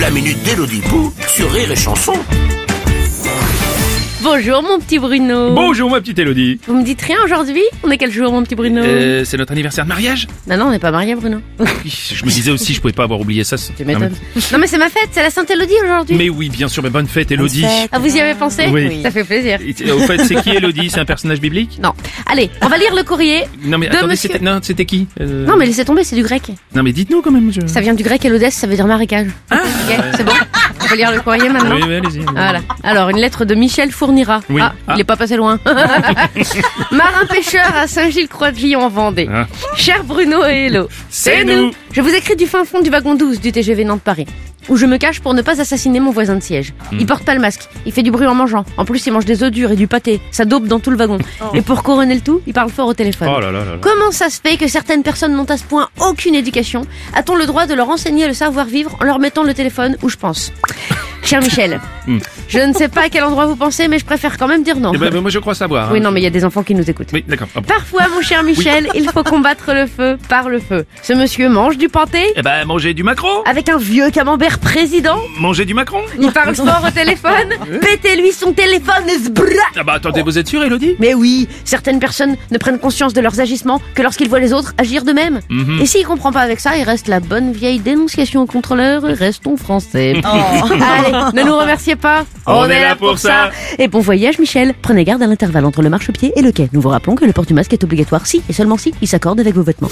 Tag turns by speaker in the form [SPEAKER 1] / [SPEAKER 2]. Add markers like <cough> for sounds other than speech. [SPEAKER 1] La minute d'Elodie sur Rire et Chanson.
[SPEAKER 2] Bonjour mon petit Bruno.
[SPEAKER 3] Bonjour ma petite Elodie.
[SPEAKER 2] Vous me dites rien aujourd'hui On est quel jour mon petit Bruno
[SPEAKER 3] Euh, c'est notre anniversaire de mariage
[SPEAKER 2] Non non, on n'est pas mariés
[SPEAKER 3] <laughs>
[SPEAKER 2] Bruno.
[SPEAKER 3] Oui, je me disais aussi, je pouvais pas avoir oublié ça.
[SPEAKER 2] Tu m'étonnes. Non mais c'est ma fête, c'est la Sainte Élodie aujourd'hui.
[SPEAKER 3] Mais oui, bien sûr, mais bonne fête Elodie.
[SPEAKER 2] Ah vous y avez pensé
[SPEAKER 3] Oui.
[SPEAKER 2] Ça fait plaisir.
[SPEAKER 3] Au fait, c'est qui Elodie C'est un personnage biblique
[SPEAKER 2] Non. Allez, on va lire le courrier.
[SPEAKER 3] Non mais
[SPEAKER 2] De
[SPEAKER 3] attendez,
[SPEAKER 2] monsieur.
[SPEAKER 3] c'était, non, c'était qui Euh,
[SPEAKER 2] Non mais laissez tomber, c'est du grec.
[SPEAKER 3] non, mais dites-nous quand même. je-
[SPEAKER 2] Ça vient du grec Elodès, ça veut dire marécage. Ok, c'est bon. On va Ah, lire le courrier maintenant.
[SPEAKER 3] Ah. Oui, oui, allez-y.
[SPEAKER 2] Voilà. Alors, une lettre de Michel Fournira.
[SPEAKER 3] Oui.
[SPEAKER 2] Ah,
[SPEAKER 3] Ah.
[SPEAKER 2] il est pas passé
[SPEAKER 3] <laughs>
[SPEAKER 2] loin. Marin pêcheur à Saint-Gilles-Croix-de-Vie en Vendée.
[SPEAKER 3] Ah.
[SPEAKER 2] Cher Bruno et Hello.
[SPEAKER 3] C'est
[SPEAKER 2] Et
[SPEAKER 3] nous.
[SPEAKER 2] Je vous écris du fin fond du wagon 12 du TGV Nantes-Paris. Où je me cache pour ne pas assassiner mon voisin de siège.
[SPEAKER 3] Hmm.
[SPEAKER 2] Il porte pas le masque, il fait du bruit en mangeant. En plus, il mange des œufs durs et du pâté. Ça dope dans tout le wagon. Et pour couronner le tout, il parle fort au téléphone.
[SPEAKER 3] Oh là là là là.
[SPEAKER 2] Comment ça se fait que certaines personnes n'ont à ce point aucune éducation A-t-on le droit de leur enseigner le savoir-vivre en leur mettant le téléphone où je pense Cher Michel, je ne sais pas à quel endroit vous pensez, mais je préfère quand même dire non.
[SPEAKER 3] Hmm. Eh ben, ben, moi je crois savoir.
[SPEAKER 2] Oui,
[SPEAKER 3] hein.
[SPEAKER 2] non, mais il y a des enfants qui nous écoutent.
[SPEAKER 3] Oui, d'accord. Ah Hop.
[SPEAKER 2] Parfois, mon cher Michel, il faut combattre le feu par le feu. Ce monsieur mange du panté
[SPEAKER 3] Eh ben, mangez du macro
[SPEAKER 2] avec un vieux camembert président.
[SPEAKER 3] Mangez du macron
[SPEAKER 2] Il parle fort au téléphone. Pétez-lui son téléphone, sbra
[SPEAKER 3] Ah bah attendez, vous êtes sûr Elodie
[SPEAKER 2] Mais oui, certaines personnes ne prennent conscience de leurs agissements que lorsqu'ils voient les autres agir de même.
[SPEAKER 3] Mm.
[SPEAKER 2] Et s'il comprend pas avec ça, il reste la bonne vieille dénonciation au contrôleur, restons français. <laughs> Allez, ne nous remerciez pas.
[SPEAKER 3] On est là pour ça.
[SPEAKER 2] Et bon voyage Michel. Prenez garde à l'intervalle entre le marchepied et le quai. Nous vous rappelons que le port du masque est obligatoire si et seulement si il s'accorde avec vos vêtements.